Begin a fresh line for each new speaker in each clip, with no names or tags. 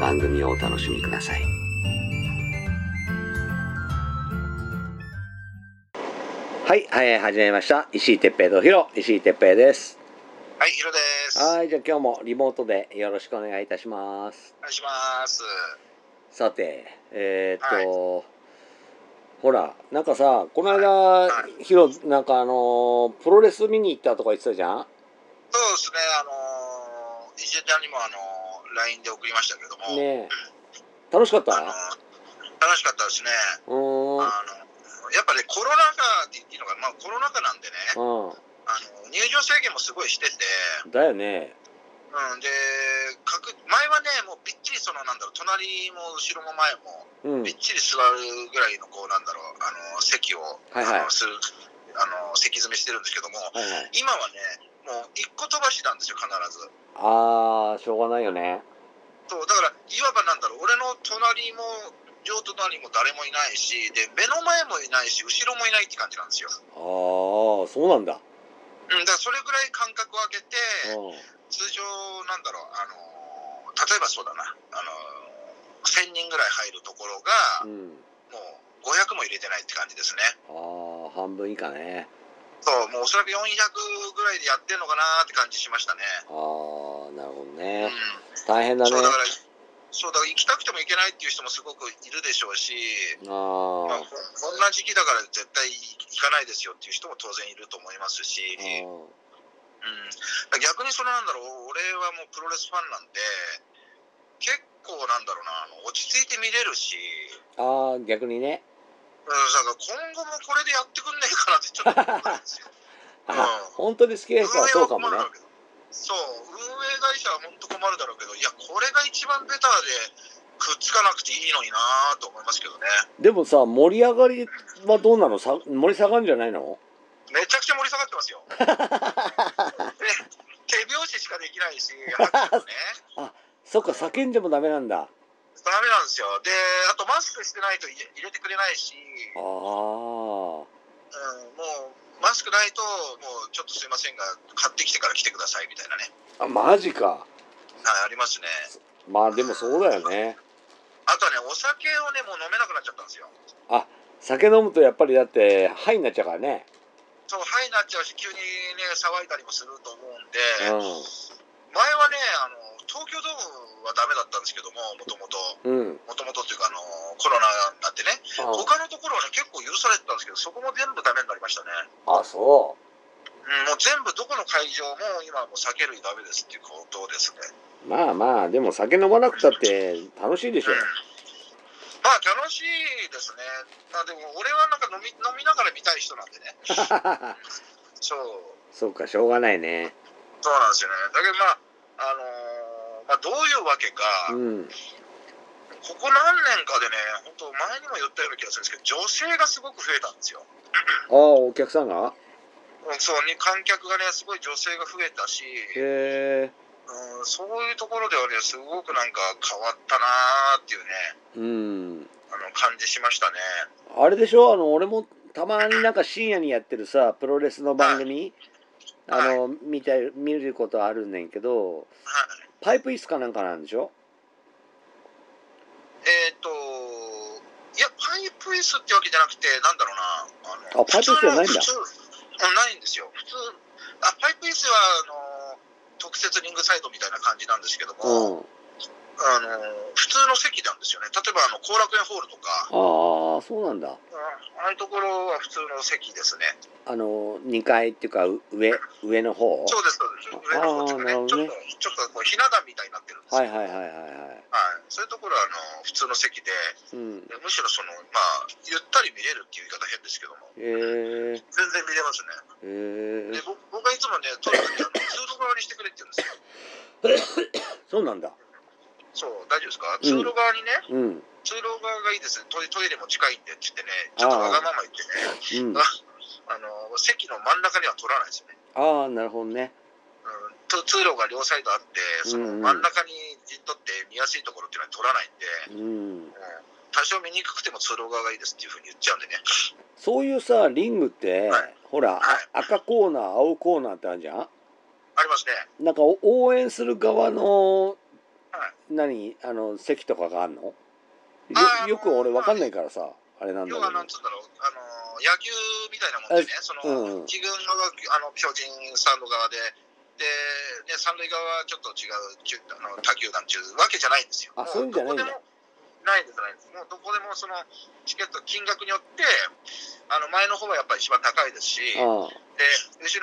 番組をお楽しみください。はい、はい、始めました。石井哲平とひろ、石井哲平です。
はい、ヒロです。お願
はい、じゃあ今日もリモートでよろしくお願いいたします。
いします。
さて、えーっと、ほら、なんかさ、この間、ヒロ、なんかあのープロレス見に行ったとか言ってたじゃん
そうですね、あのー、石田ちゃんにもあのー LINE で送りましたけども、
ねえ楽しかっ
あ
た
のー楽しかったですね。
うーん
あのやっぱね、コロナ禍っていうのが、まあ、コロナ禍なんでね、
う
あの入場制限もすごいしてて、
んだよね
うん、で、各前はね、もうびっちりその、なんだろう、隣も後ろも前
う
も、
ん
びっちり座るぐらいの、こう、なんだろう、あの席を、
はいはい
あのするあの席詰めしてるんですけども、
はいはい
今はね、もう一個飛ばしなんですよ、必ず。
あーしょうがないよね
そうだから、いわばなんだろう、俺の隣も、両隣も誰もいないし、で目の前もいないし、後ろもいないって感じなんですよ。
ああそうなんだ
うん、だからそれぐらい間隔を空けて、
うん
通常、なんだろう、あのー例えばそうだな、あのー1000人ぐらい入るところが、
うん
もう500も入れてないって感じですね。
あー半分以下ね
そう、もうおそらく400ぐらいでやってんのかなって感じしましたね。
あーなるほど
う
ね
ん
大変だね
そうだから、そうだから行きたくても行けないっていう人もすごくいるでしょうし、
あ
まあ
ー
ここんな時期だから絶対行かないですよっていう人も当然いると思いますし、
う
うん、
ん
逆にそのなんだろう、俺はもうプロレスファンなんで、結構なんだろうな、あの落ち着いて見れるし、
あー逆にね
うん、だから今後もこれでやってくんねえかなってちょっと思ったん ですよ。うん
あ本当に好きな人はそうかもね
運営は困るだろうけどそう運営会社は本当困るだろうけどいやこれが一番ベターでくっつかなくていいのになぁと思いますけどね
でもさ盛り上がりはどうなのさ盛り下がるんじゃないの
めちゃくちゃ盛り下がって ますよで手拍子しかできないし拍手もね
そっか叫んでもダメなんだ
ダメなんですよであとマスクしてないと入れ入れてくれないし、
あ
う
あ
ん、もうマスクないともうちょっとすいませんが買ってきてから来てくださいみたいなね
あマジか
はいありますね
まあでもそうだよね
あとはねお酒をねもう飲めなくなっちゃったんですよ
酒飲むとやっぱりだってハイになっちゃうからね
そう、ハイになっちゃうし、急にね、騒いだりもすると思うんで、
う
前はね、あの、東京ドームはダメだったんですけども、もともと、
んうん
もともとっていうか、あの、コロナになってね、他のところはね、結構許されてたんですけど、そこも全部ダメになりましたね。
あそ
うん、もう全部どこの会場も今はもう酒類ダメですっていうことですね。
うまあまあでも酒飲まなくたって楽しいでしょ
うんまあ楽しいですね。まあでも俺はなんか飲み飲みながら見たい人なんでね。そう。
そうかしょうがないね
そうなんですよね。だけどまあ、あのーまあどういうわけか、
うん
ここ何年かでね、本当前にも言ったような気がするんですけど、女性がすごく増えたんですよ。
ああお客さんが
うんそうに観客がね、すごい女性が増えたし、
へえ
うん、そういうところではね、すごくなんか変わったなーっていう
う
ね、
ん
あの感じしましたね。
あれでしょあの俺もたまになんか深夜にやってるさプロレスの番組あの見て見ることあるねんけど
はい
パイプ椅子かなんかなんでしょ
えっ、と、いや、パイプ椅子ってわけじゃなくて、なんだろうな、
あパイプ椅子じゃないんだ
普通の普通うんないんですよ。普通、あパイプ椅子はあの特設リングサイドみたいな感じなんですけど
う
も、
ん
あの普通の席なんですよね例えばあの後楽園ホールとか
ああ、そうなんだ。
あああいうところは普通の席ですね
あの、2階っていうか、う上、上の方
そうですそうです上の方ですか
あ
ね
ー
ち
なるほど
ょっとちょっとこうひな壇みたいになってるん
は
ですよ
いはいはいはいはい。
はい、そういうところはあの普通の席で
うん。
でむしろその、まあ、ゆったり見れるっていう言い方変ですけども、
えー、
全然見れます
えー
ね。で、、僕僕はいつもね、撮るとき、あの通路側にしてくれって言うんですよ。
そうなんだ。
そう、大丈夫ですか通路側に
う
ね、
ん。
通路側がいいですねトイ、トイレも近いんでって言ってね、ちょっとわがまま言ってね、
うん。
あの席の真ん中には撮らないですよね。
ああ、なるほどね。
うん、と通路が両サイドあって、その
うんうん
真ん中に陣取って見やすいところっていうのは撮らないんで、
うん。
うん多少見にくくても通路側がいいですっていうふうに言っちゃうんでね。
そういうさ、リングって
はい、
ほら、あ
はい
赤コーナー、青コーナーってあるじゃ
あります
ん
ね。
なんかお応援する側の
は、
何、あの、席とかがあんのよ
あー
よく俺わかんないからさ、あれなんだ
要
けど
は。なんつうんだろう、あのー野球みたいなもんでね、そ
うん
の、一軍側があの巨人スタンド側で、で、ね、三塁側はちょっと違うちゅあの他球団っていうわけじゃないんですよ。
あそういうんじゃないんだ
もうどこでもないです、ないです。もうどこでもそのチケット金額によって、あの前の方がやっぱり一番高いですし、で、
あ
後ろ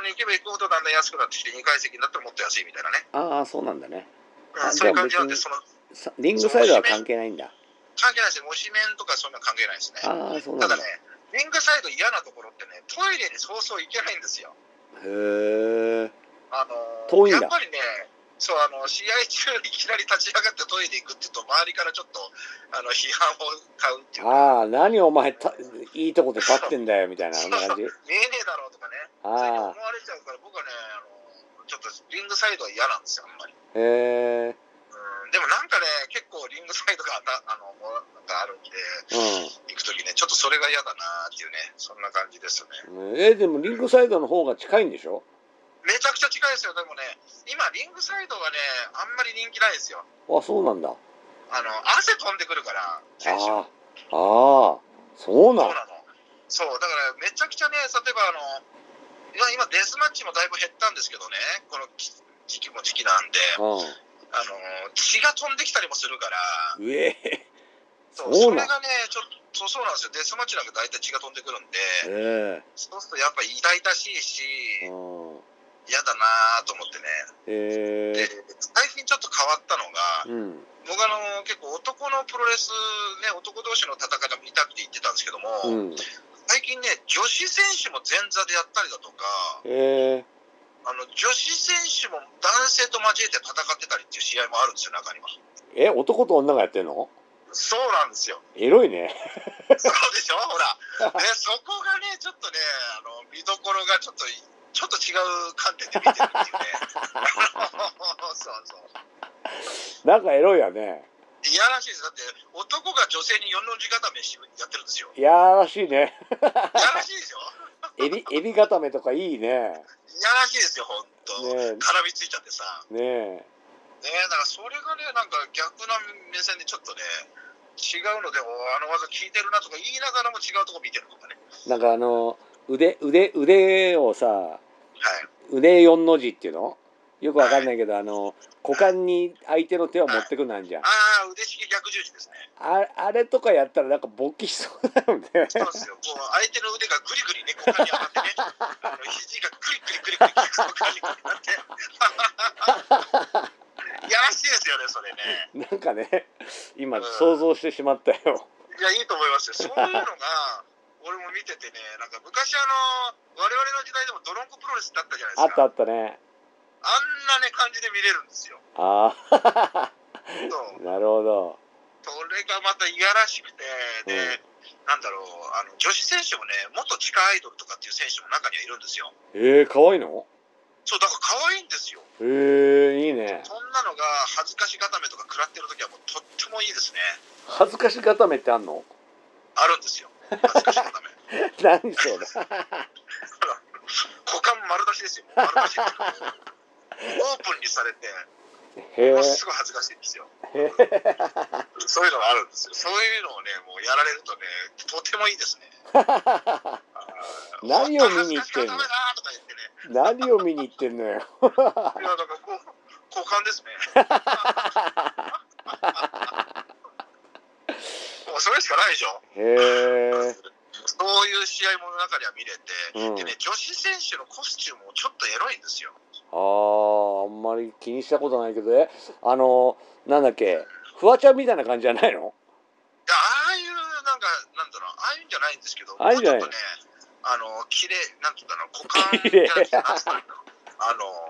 に行けば行くほどだんだん安くなってきて、2階席になったらもっと安いみたいなね。
あ、ああ、そうなんだね。
うん
あ
そういう感じなんで、
じ
その、
さリングサイドは関係ないんだ。
関係ないですね。推しメンとかそんな関係ないですね。
ああ、そうな
た
んだ
だね。、リングサイド嫌なところってね、トイレにそうそう行けないんですよ。
へえ。
あのー
遠いんだ
やっぱりね、そうあの試合中いきなり立ち上がってトイレ行くって言うと、周りからちょっとあの批判を買うっていうか、
ああ、何お前た、いいとこで立ってんだよ、みたいな、あんな感じ。
見えねえだろうとかね、そういうふうに
ああ
思、われちゃうから、僕はね、あのーちょっとリングサイドは嫌なんですよ、あんまり。
へえ。
うんでもなんかね、結構リングサイドがああのもうなんかあるんで、行くときね、ちょっとそれが嫌だなっていうね、そんな感じですよね。
うん。え、でもリングサイドの方が近いんでしょ
めちゃくちゃ近いですよ、でもね、今、リングサイドはね、あんまり人気ないですよ。
あ、そうなんだ。あ
あの汗飛んでくるから、選手。
あ、ああ、そうな
そ
ん
うなの。そう、だからめちゃくちゃね、例えばあの、いや今デスマッチもだいぶ減ったんですけどね、このき時期も時期なんで、
う
あの、血が飛んできたりもするから、
ん。うえへ
そう
そ
そうれ
なん
がね、ちょっと、そうなんですよ。デスマッチなんか大体血が飛んでくるんで、
え
そうするとやっぱ痛々しいし、
え。うん。
嫌だなぁと思ってね。
へ
で
え。、
最近ちょっと変わったのが、
うん。
僕あの、結構男のプロレス、ね、男同士の戦いも見たくて言ってたんですけども、
うん。
最近ね、女子選手も前座でやったりだとか、
へえ。
あの女子選手も男性と交えて戦ってたりっていう試合もあるんですよ、中には。
え、男と女がやってんの
そうなんですよ。
エロいね。
そうでしょ、ほ ら。で、そこがね、ちょっとね、あの見どころがちょっと、ちょっと違う観点で見てるっていうね。 そうそう。
なんかエロいよね。
いやらしいです。だって、男が女性に四の字固めしやってるんですよ。
いやらしい ね。
いやらしいでしょ。
エビ、エビ固めとかいいね。
いやらしいですよ、ほんと。
ね
絡みついちゃってさ。
え、ねえ。
ねえ、だからそれがね、なんか逆な目線でちょっとね、違うので、おあの技効いてるなとか言いながらも違うとこ見てるとかね。
なんかあの、腕、腕、腕をさ、
はい。
腕四の字っていうのよくわかんないけど、あの、股間に相手の手を持ってくなんじゃん。
ああ、腕式逆十字ですね。
ああれとかやったらなんか勃起しそうだよね。
そうですよ。こう、相手の腕がグリグリね、股間に上がってね、あの肘がグリグリグリグリ股間に上がって。い やらしいですよね、それね。
なんかね、 今想像してしまったよ。
いや、いいと思いますよ。そういうのが、俺も見ててね、なんか昔あの、我々の時代でもドロンコプロレスだったじゃない
あっ
です
た
か。あ
あったね。
んなね、感じで見れるんですよ。
ああ、
そう。
なるほど。
それがまたいやらしくて、で、
うん
なんだろう、あの女子選手もね、元地下アイドルとかっていう選手も中にはいるんですよ。
ええー、可愛いの
そう、だから可愛いんですよ。
ええー、いいね。
そんなのが恥ずかし固めとか食らってる時はもうとってもいいですね。
恥ずかし固めってあんの
あるんですよ。恥ずかし固め。
何それ。
股間丸出しですよ。丸 出しっていうか。オープンにされて、
へ
も
え
の。すごい恥ずかしいんですよ。
へ
そういうのがあるんですよ。そういうのをね、もうやられるとね、とてもいいで すね。
え何を見に行ってんの
本当恥ずかし固めだーとか言ってね。
何を見に行ってんのよ。
いや、なんかこう、股間ですね。そう
え
いう試合もの中では見れて、
うん
でね、女子選手のコスチュームもちょっとエロいんですよ。
あーあんまり気にしたことないけどねあのなんだっけフワちゃんみたいな感じじゃないの
でああいう、なんか、なんだろう、ああいうんじゃないんですけど、
ああいうんじゃない
もうちょっとね、あの、綺麗なんて言うんだろう、 股間
綺麗
じゃなくてなんつうんだろうあの、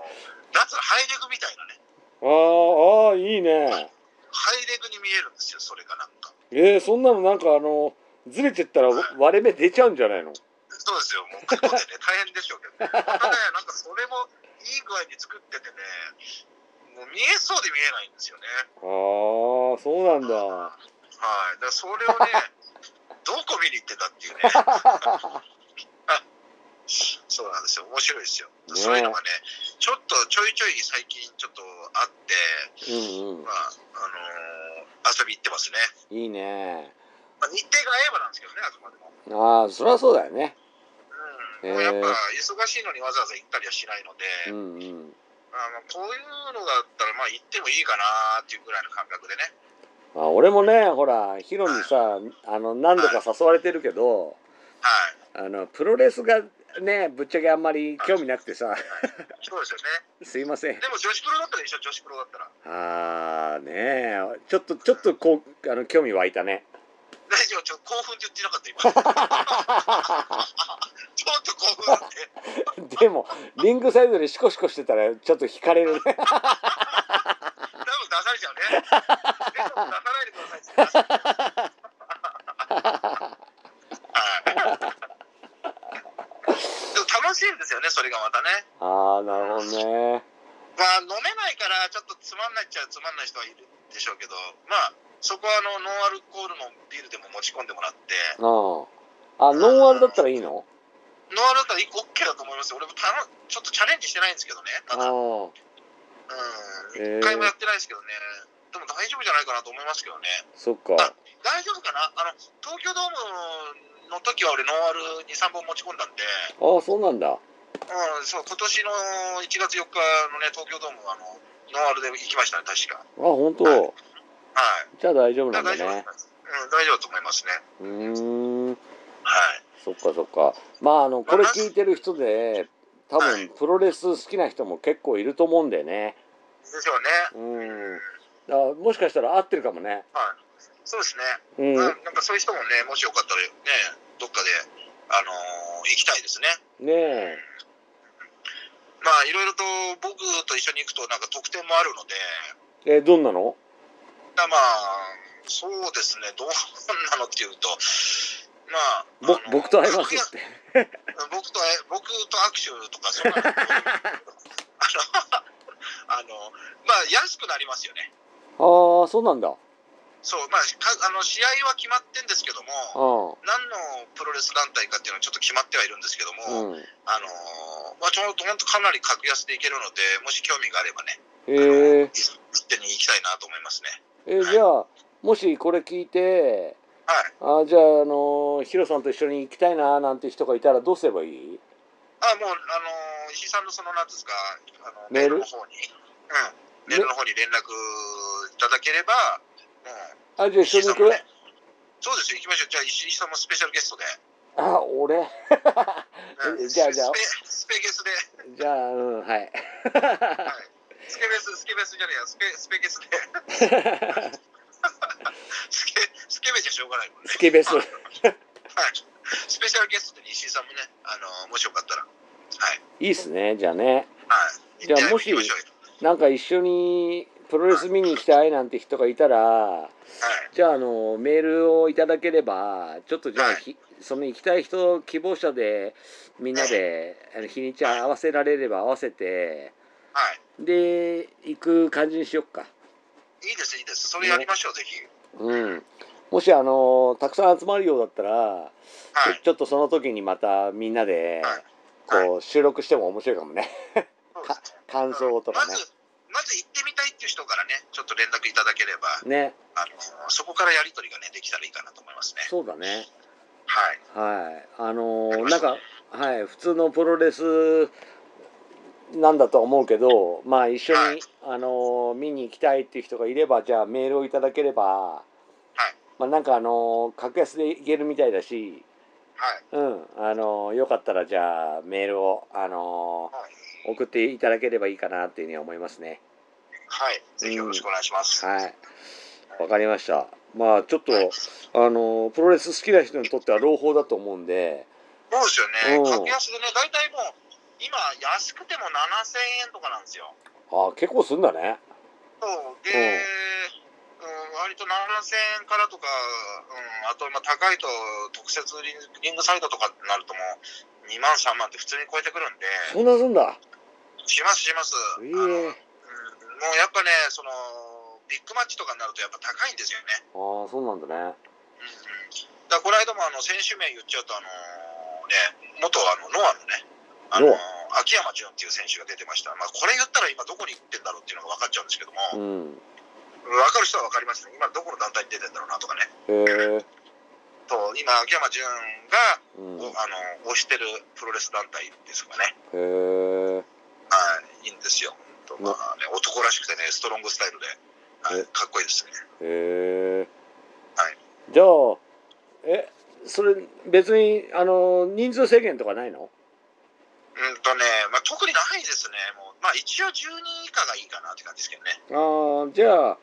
なんつうの、ハイレグみたいなね、
あーあーいいね
ハイレグに見えるんですよ、それがなんか。
えー、そんなのなんかあのずれてったら割れ目出ちゃうんじゃないの
そうですよ、もう過去で ね、大変でしょうけど、ね、ただね、なんかそれもいい具合に作っててね、もう見えそうで見えないんですよね。
ああそうなんだ
はい、だからそれを ね、どこ見に行ってたっていうね、 そうなんですよ、面白いですよ。
ね
そういうのがね、ちょっとちょいちょい最近ちょっとあって、
うん
まあ、あのー遊び行ってますね。
うんいいね
まあ、日程が合えばなんですけどね、あくまでも。
ああそりゃそうだよね
うん、もうやっぱ忙しいのにわざわざ行ったりはしないので、
うんうん
まあ、まあこういうのがあったら、まあ行ってもいいかなっていうぐらいの感覚でね。
あ俺もねほらヒロにさあの何度か誘われてるけど
はい。
あのプロレスがねぶっちゃけあんまり興味なくてさ
そうですよね。
すいません
でも女子プロだったら一緒、女子プロだったら。
ああねえちょっとちょっとこうあの興味湧いたね
大丈夫、ちょっと興奮って言ってなかった、今。ちょっと興奮って。
でもリングサイドでシコシコしてたらちょっと惹かれるね
多分出されちゃうね。でも出さないでくださいって言ってます。はい。でも楽しいんですよね、それがまたね。
ああなるほどね
まあ飲めないからちょっとつまんないっちゃつまんない人はいるでしょうけど、まあそこはあのノンアルコールのビールでも持ち込んでもらって、
うんあノンアルだったらいいの
ノンアルだったら1個 OK だと思いますよ。俺もたのちょっとチャレンジしてないんですけどね、
あ
ただ。うん。
ーへー
一回もやってないですけどね。でも大丈夫じゃないかなと思いますけどね。
そっか
大丈夫かなあの、東京ドームの時は俺ノンアル2、3本持ち込んだんで、
ああそうなんだ
うん、そう、今年の1月4日のね、東京ドームはあの、ノンアルで行きましたね、確
あ
か。
本当
はい。
じゃあ大丈夫
だ
なん
か
だ
ら大
ね
丈夫だと思います。うん、
うー
大丈夫だと思いますね。
ん
はい。
そっかそっかまああのこれ聞いてる人で多分プロレス好きな人も結構いると思うんだよね
でしょうね。
うんだからもしかしたら合ってるかもね
はい。そうですね。
うん
うん、なんかそういう人もね、もしよかったらね、どっかで、あのー行きたいですね。
ねえ
まあ、いろいろと僕と一緒に行くと、なんか特典もあるので、
えどんなの
だまあ、そうですね、どうなのっていうと、
ぼ
まあ、あの
僕と会いますっ。て
僕と会え、僕と握手とか、そんなのあの、あの、まあ、安くなりますよね。
ああそうなんだ
そう、まあ、かあの試合は決まってんですけど
う
も、
ん
何のプロレス団体かっていうのはちょっと決まってはいるんですけども、
うん
あのーまあ、ちょっと本当かなり格安でいけるので、もし興味があればね、
へ
あの
え
い一手に行きたいなと思いますね。
えじゃあもしこれ聞いて
はい。
あーじゃああのヒロさんと一緒に行きたいなーなんて人がいたらどうすればいい
あ、もう、あのー石井さんのその、なんですか、あの
メ
メ
ー
ー
ル
ルの方に、うん、メールの方に連絡いただければ、も
あじゃあ
う、
一緒に行
も
く
ね、そうですよ、行きましょう。じゃあ、石井さんもスペシャルゲストで、
あ俺
うん
じゃあじゃあ
スペ、スペゲスで、
じゃあうんはい
はい、スケベス、スケベスじゃねえや、スペ、スペゲス で。スケ、スケベじゃしょうがないもんね。
スケベス
はい。スペシャルゲストで石井さんもね、あの、もしよかったら。はい。
いいっすねじゃあね
はい。
じゃあもし
行ってみまょうよ
なんか一緒にプロレス見に行きたいなんて人がいたら
はい。
じゃああのメールをいただければちょっとじゃあ、
はい
ひその行きたい人希望者でみんなであの日にち合わせられれば合わせて
はい。
で行く感じにしよっか
いいです、いいです。それやりましょう、ぜひ。
うんもしあのたくさん集まるようだったら、
は
ちょ
い。
ちょっとその時にまたみんなで、
はいはい
こう収録しても面白いかもね
そうですね
感想とかね
まず、まず行ってみたいっていう人からね、ちょっと連絡いただければ、
ね
あの、そこからやりとりがね、できたらいいかなと思いますね。
そうだね
はい。
はいあのーなんかはい普通のプロレスなんだとは思うけどまあ一緒に、
はい
あのー見に行きたいっていう人がいればじゃあメールをいただければ
はい。
まあ、なんかあの格安でいけるみたいだし、
はい。
うん、あのよかったらじゃあメールをあの
はい。
送っていただければいいかなっていうふうに思いますね。
はい。ぜひよろしくお願いします。
はい。わかりました。まあちょっと、
はい
あのプロレス好きな人にとっては朗報だと思うんで、
そうです
う
よ
ん
ね。格安でね、大体もう、今、安くても7000円とかなんですよ。
あ結構すんだね。
そう。で、うん、割と7000円からとか、うん、あと、まあ、高いと、特設リンリングサイドとかになるともう、2万、3万って普通に超えてくるんで、
そんなすんだ。
します、します。あ
ええ
のうんもうやっぱね、その、ビッグマッチとかになるとやっぱ高いんですよね。
ああそうなんだね。
だからこの間もあの選手名言っちゃうと、あのね、元あのノアのね、あ
ノ
の秋山純っていう選手が出てました、まあ、これ言ったら今、どこに行ってんだろうっていうのが分かっちゃうんですけども、
うん。
分かる人は分かりますね、今、どこの団体に出てんだろうなとかね、
へえ。
と今、秋山純が、
うん。
お
へ
あの推してるプロレス団体ですかね、
え。
はい、いいんですよ、ほんとまあね、男らしくてね、ストロングスタイルで、はい
え
かっこいいですね。
へえ。
はい。
じゃあえそれ別にあの人数制限とかないの？
うんとね、まあ、特にないですね、もうまあ、一応10人以下がいいかなって感じですけどね。
ああじゃあ
はい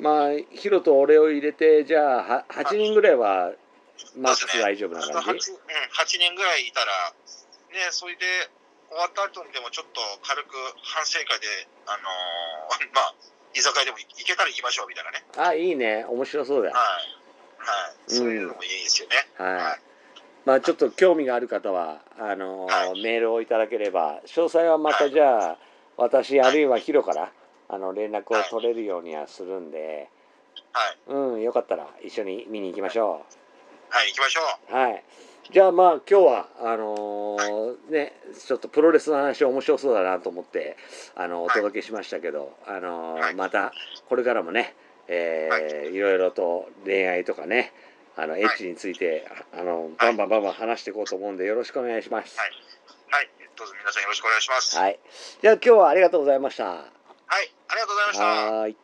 まあヒロと俺を入れてじゃあは八人ぐらいはマックス大丈夫な感じ？
8, うん、8人ぐらいいたら、ね、それで終わった後にでもちょっと軽く反省会で、あのー まあ、居酒屋でも行行けたら行きましょうみたいなね、
あいいね面白そうだ。
はいはい、そういうのもいいですよね。
は。
はい
まあちょっと興味がある方はあの
は
メールをいただければ詳細はまたじゃあ私あるいはヒロからあの連絡を取れるようにはするんで。
はい、
うん、よかったら一緒に見に行きましょ
はい、行きましょ
う。
う。
はい。じゃあまあ今日はあのーねちょっとプロレスの話面白そうだなと思ってあのお
はい
届けしましたけど、あのー
はい
またこれからもね、えーい、ろいろと恋愛とかねあのエッチについて、あのバンバンバンバン話していこうと思うんでよろしくお願いします。
はいはい、どうぞ皆さんよろしくお願いします。はい、
はい。じゃあ今日はありがとうございました。
ありがとうございました。
はーい。